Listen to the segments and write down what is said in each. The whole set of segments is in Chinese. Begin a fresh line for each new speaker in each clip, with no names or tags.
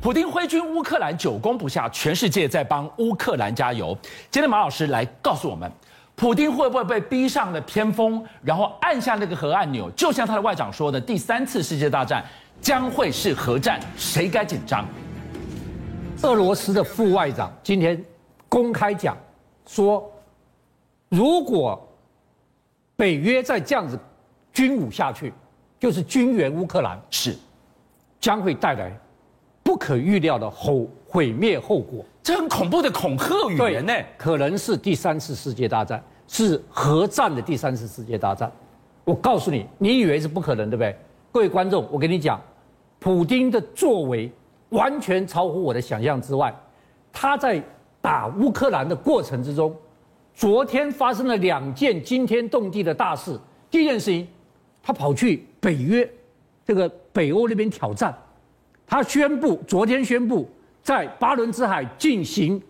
普京挥军乌克兰久攻不下，全世界在帮乌克兰加油。今天马老师来告诉我们，普京会不会被逼上了偏锋，然后按下那个核按钮？就像他的外长说的，第三次世界大战将会是核战，谁该紧张？
俄罗斯的副外长今天公开讲说，如果北约再这样子军武下去，就是军援乌克兰，
是，
将会带来不可预料的后毁灭后果。
这很恐怖的恐吓语言呢。
可能是第三次世界大战，是核战的第三次世界大战。我告诉你，你以为是不可能，对不对？各位观众，我跟你讲，普京的作为完全超乎我的想象之外。他在打乌克兰的过程之中，昨天发生了两件惊天动地的大事。第一件事情，他跑去北约，这个北欧那边挑战。他宣布，昨天宣布在巴伦支海进行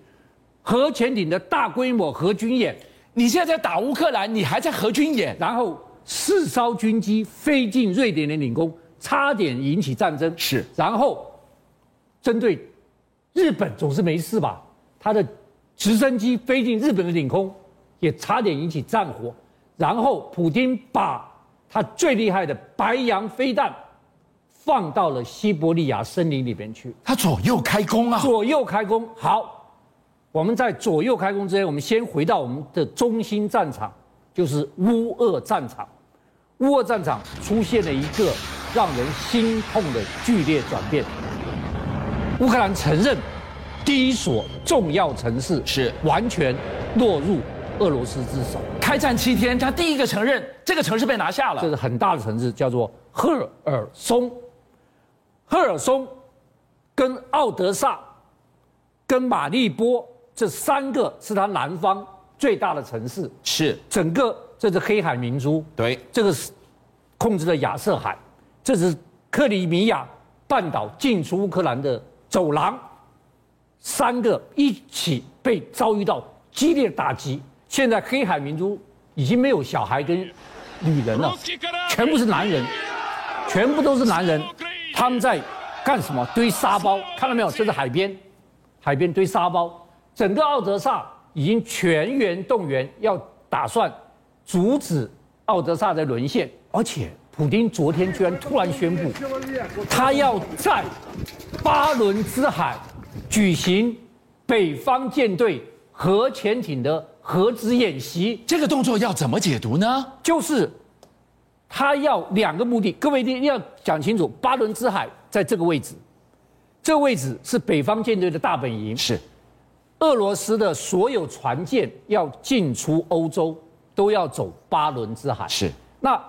核潜艇的大规模核军演，
你现在在打乌克兰，你还在核军演，
然后四艘军机飞进瑞典的领空，差点引起战争。
是
然后针对日本总是没事吧？他的直升机飞进日本的领空，也差点引起战火。然后普京把他最厉害的白洋飞弹放到了西伯利亚森林里边去。
他左右开弓啊！
左右开弓。好，我们在左右开弓之前，我们先回到我们的中心战场，就是乌俄战场。乌俄战场出现了一个让人心痛的剧烈转变。乌克兰承认第一所重要城市
是
完全落入俄罗斯之手，
开战七天，他第一个承认这个城市被拿下
这
了。
是很大的城市，叫做赫尔松。赫尔松跟奥德萨、跟马利波这三个是它南方最大的城市，
是，
整个这是黑海明珠，
对，
这个是控制了亚瑟海，这是克里米亚半岛进出乌克兰的走廊，三个一起被遭遇到激烈打击。现在黑海民族已经没有小孩跟女人了，全部是男人，全部都是男人，他们在干什么？堆沙包，看到没有？这是海边，海边堆沙包，整个奥德萨已经全员动员，要打算阻止奥德萨的沦陷。而且，普京昨天居然突然宣布，他要在巴伦支海举行北方舰队核潜艇的核子演习，
这个动作要怎么解读呢？
就是他要两个目的。各位一定要讲清楚，巴伦支海在这个位置，这个位置是北方舰队的大本营。
是，
俄罗斯的所有船舰要进出欧洲，都要走巴伦支海。
是，
那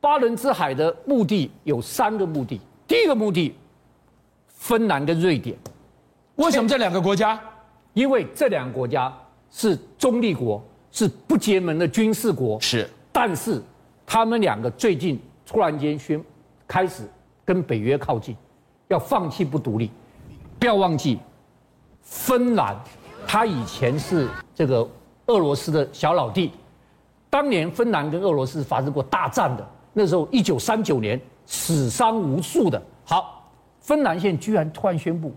巴伦支海的目的有三个目的。第一个目的，芬兰跟瑞典，
为什么这两个国家？
因为这两个国家是中立国，是不结盟的军事国。
是
但是他们两个最近突然间宣开始跟北约靠近，要放弃不独立。不要忘记，芬兰，它以前是这个俄罗斯的小老弟，当年芬兰跟俄罗斯发生过大战的，那时候一九三九年死伤无数的。好，芬兰现在居然突然宣布，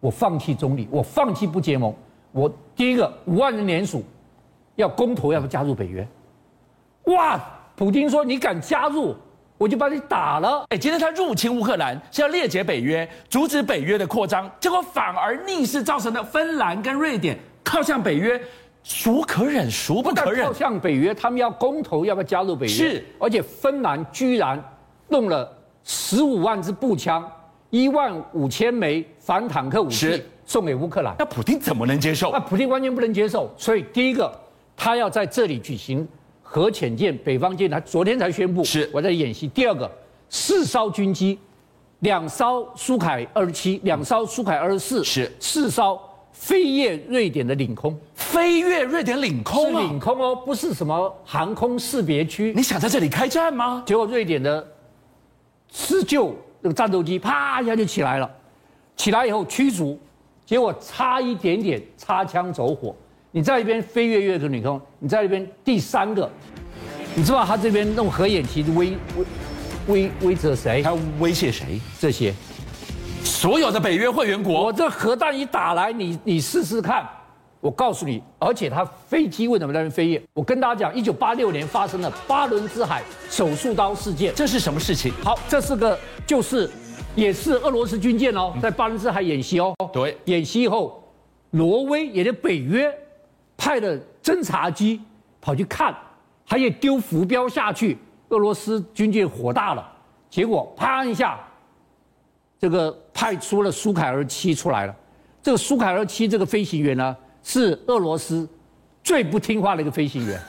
我放弃中立，我放弃不结盟，我第一个五万人联署，要公投要不要加入北约。哇！普京说：“你敢加入，我就把你打了。
哎，今天他入侵乌克兰是要裂解北约，阻止北约的扩张，结果反而逆势造成了芬兰跟瑞典靠向北约，孰可忍孰不可
但
忍
靠？向北约，他们要公投要不要加入北约？
是，
而且芬兰居然弄了十五万支步枪，一万五千枚反坦克武器
是
送给乌克兰。
那普京怎么能接受
那？普京完全不能接受，所以第一个，他要在这里举行核潜舰北方舰，他昨天才宣布
是
我在演习。第二个，四艘军机，两艘苏凯二十七，两艘苏凯二十四，
是
四艘飞越瑞典的领空，
飞越瑞典领
是
空啊
领！空哦，不是什么航空识别区。
你想在这里开战吗？
结果瑞典的施救那个战斗机啪一下就起来了，起来以后驱逐，结果差一点点擦枪走火。你在一边飞越越个领空，你在一边第三个，你知道他这边弄核演习威威威威着谁？
他威胁谁？
这些
所有的北约会员国
我这核弹一打来，你你试试看。我告诉你，而且它飞机为什么在那边飞跃？我跟大家讲，一九八六年发生了巴伦支海手术刀事件。
这是什么事情？
好，这是个就是也是俄罗斯军舰哦，在巴伦支海演习哦。
对
演习以后，挪威也就北约派了侦察机跑去看，他也丢浮标下去，俄罗斯军舰火大了，结果啪一下，这个派出了苏凯尔七出来了。这个苏凯尔七这个飞行员呢，是俄罗斯最不听话的一个飞行员。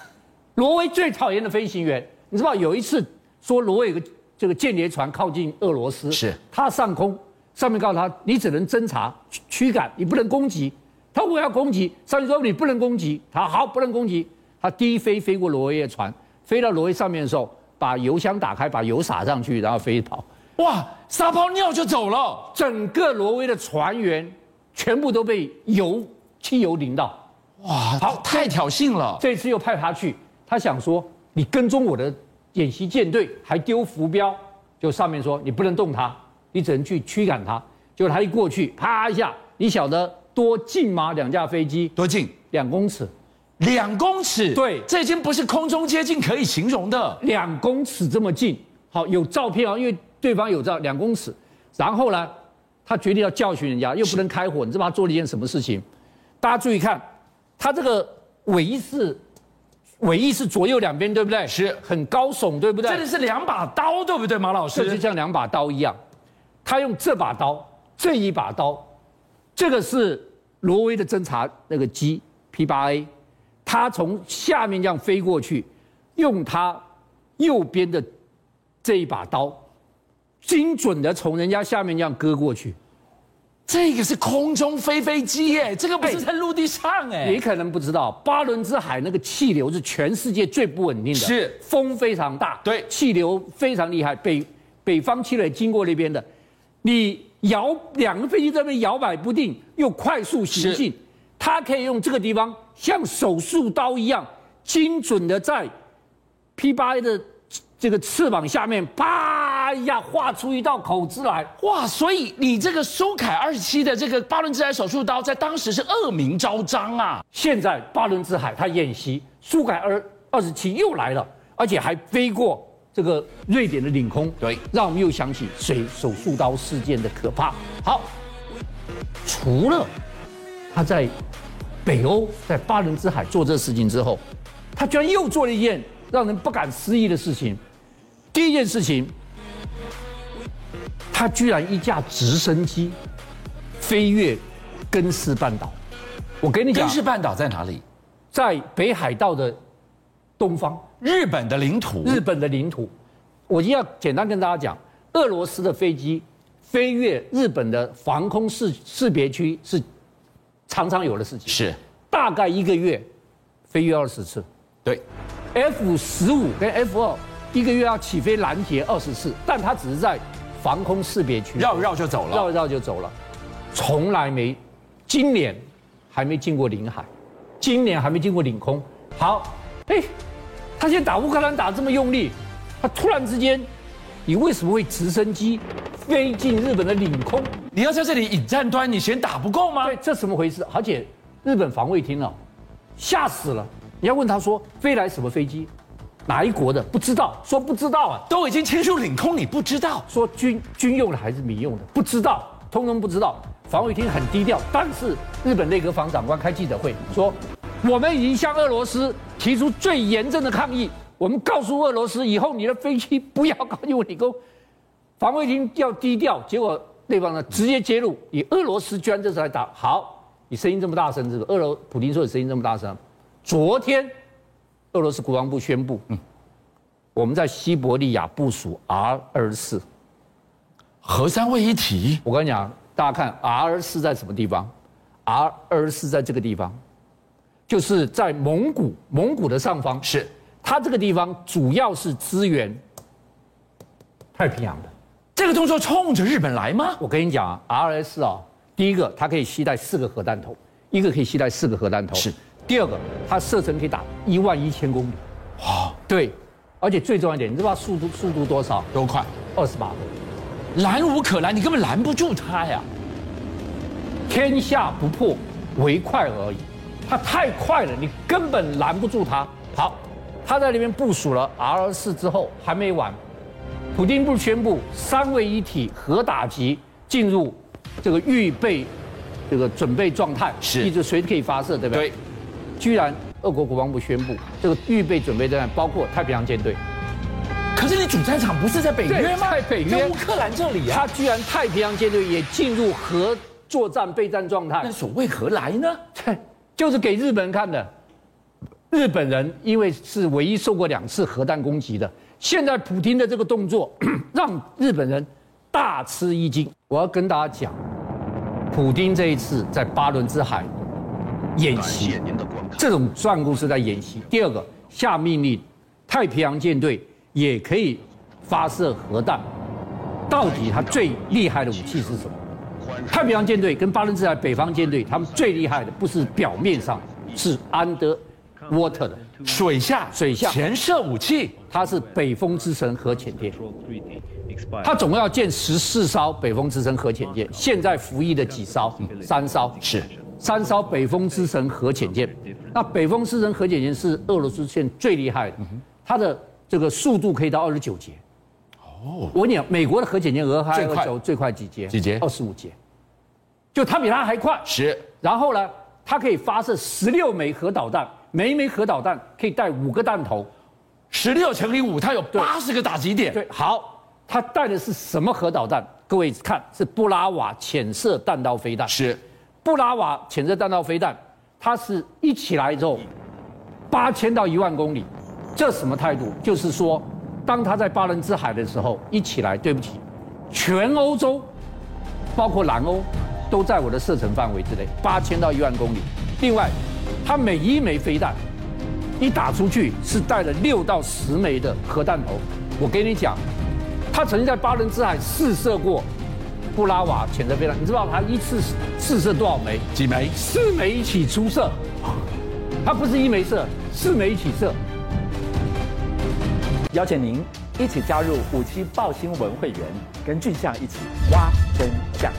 挪威最讨厌的飞行员，你知道有一次说挪威有个这个间谍船靠近俄罗斯，
是
他上空，上面告诉他你只能侦察驱驱赶，你不能攻击。他如果要攻击，上面说你不能攻击，他好不能攻击。他低飞飞过挪威的船，飞到挪威上面的时候，把油箱打开，把油洒上去，然后飞跑。
哇，撒泡尿就走了，
整个挪威的船员全部都被油汽油淋到。
哇，
好
太挑衅了。
这次又派他去，他想说你跟踪我的演习舰队，还丢浮标，就上面说你不能动它，你只能去驱赶它。结果他一过去，啪一下，你晓得多近吗？两架飞机
多近？
两公尺，
两公尺。
对
这已经不是空中接近可以形容的。
两公尺这么近，好有照片啊，因为对方有照两公尺。然后呢，他决定要教训人家，又不能开火，你知道他做了一件什么事情？大家注意看，他这个尾翼是尾翼是左右两边，对不对？
是
很高耸，对不对？
这里是两把刀，对不对，马老
这就
师？
像两把刀一样，他用这把刀，这一把刀，这个是挪威的侦察那个机 P 八 A，他从下面这样飞过去，用他右边的这一把刀，精准的从人家下面这样割过去。
这个是空中飞飞机耶，这个不
哎
是在陆地上
你
哎。
可能不知道，巴伦支海那个气流是全世界最不稳定的，
是
风非常大，
对
气流非常厉害。北北方气流经过那边的，你摇两个飞机在那边摇摆不定，又快速行进，它可以用这个地方像手术刀一样精准的在 P 八 A 的这个翅膀下面啪一下划出一道口子来。
哇，所以你这个苏凯二七的这个巴伦支海手术刀，在当时是恶名昭彰啊。
现在巴伦支海他演习，苏改二二十七又来了，而且还飞过这个瑞典的领空，
对
让我们又想起水手术刀事件的可怕。好，除了他在北欧在巴伦支海做这事情之后，他居然又做了一件让人不敢思议的事情。第一件事情，他居然一架直升机飞越根氏半岛。我跟你讲
根，氏半岛在哪里？
在北海道的东方，
日本的领土。
日本的领土。我一定要简单跟大家讲，俄罗斯的飞机飞越日本的防空识识别区是常常有的事情，
是，
大概一个月飞越二十次。
对，
F 十五跟 F 二一个月要起飞拦截二十次，但它只是在防空识别区
绕一绕就走了。
绕一绕就走了，从来没，今年还没进过领海，今年还没进过领空。好，哎，他现在打乌克兰打这么用力，他突然之间，你为什么会直升机飞进日本的领空？
你要在这里引战端，你嫌打不够吗
对，？这怎么回事？而且日本防卫厅哦，吓死了。你要问他说飞来什么飞机，哪一国的不知道，说不知道啊。
都已经侵入领空，你不知道。
说军军用的还是民用的，不知道，通通不知道。防卫厅很低调，但是日本内阁防长官开记者会说，我们已经向俄罗斯提出最严正的抗议，我们告诉俄罗斯以后你的飞机不要靠近我领空。防卫厅要低调，结果对方呢直接揭露，你俄罗斯居然这次来打，好，你声音这么大声，这个俄罗普京说你声音这么大声，昨天俄罗斯国防部宣布，我们在西伯利亚部署 R 二四。
核三位一体，
我跟你讲，大家看 R 是在什么地方？R 二是在这个地方，就是在蒙古，蒙古的上方。
是
它这个地方主要是支援太平洋的。
这个动作冲着日本来吗？
我跟你讲啊，R S 啊、第一个它可以携带四个核弹头，一个可以携带四个核弹头。
是。
第二个，它射程可以打一万一千公里。哇。对，而且最重要一点，你知道它速度速度多少？
多快！
二十八公里。
拦无可拦，你根本拦不住他呀。
天下不破，唯快而已。他太快了，你根本拦不住他。好，他在那边部署了 R 四之后，还没完，普京部宣布三位一体核打击进入这个预备这个准备状态，
是
一直随时可以发射，对不对？
对，
居然俄国国防部宣布，这个预备准备状态包括太平洋舰队，
可是你主战场不是在北约吗？
对在北约
在乌克兰这里啊。
他居然太平洋舰队也进入核作战备战状态
那。所谓何来呢？
对， 就是给日本人看的。日本人因为是唯一受过两次核弹攻击的，现在普京的这个动作 让日本人大吃一惊。我要跟大家讲，普京这一次在巴伦支海演习，这种战术是在演习。第二个，下命令，太平洋舰队也可以发射核弹。到底他最厉害的武器是什么？太平洋舰队跟巴伦支海北方舰队，他们最厉害的不是表面上，是 under water 的，
水下
水下
潜射武器，
它是北风之神核潜艇。
Control Treaty expired.
它总共要建十四艘北风之神核潜舰，现在服役的几艘？嗯三艘
是
三艘北风之神核潜舰。那北风之神核潜舰是俄罗斯现在最厉害的，
嗯
它的这个速度可以到二十九节。哦，我跟你讲，美国的核潜舰俄亥
最
俄
快
州最快几节？
几节
二十五节，就它比它还快。
是
然后呢，它可以发射十六枚核导弹，每一枚核导弹可以带五个弹头。
十六乘以五，它有八十个打击点。
对，好，它带的是什么核导弹？各位看，是布拉瓦潜射弹道飞弹。
是
布拉瓦潜射弹道飞弹，它是一起来之后，八千到一万公里，这什么态度？就是说，当它在巴伦支海的时候，一起来，对不起，全欧洲，包括南欧，都在我的射程范围之内，八千到一万公里。另外，它每一枚飞弹一打出去是带了六到十枚的核弹头。我跟你讲，他曾经在巴伦支海试射过布拉瓦潜射飞弹，你知道他一次试射多少枚？
几枚？
四枚一起出射，他不是一枚射，四枚一起射。
邀请您一起加入五七报新闻会员，跟俊相一起挖真相。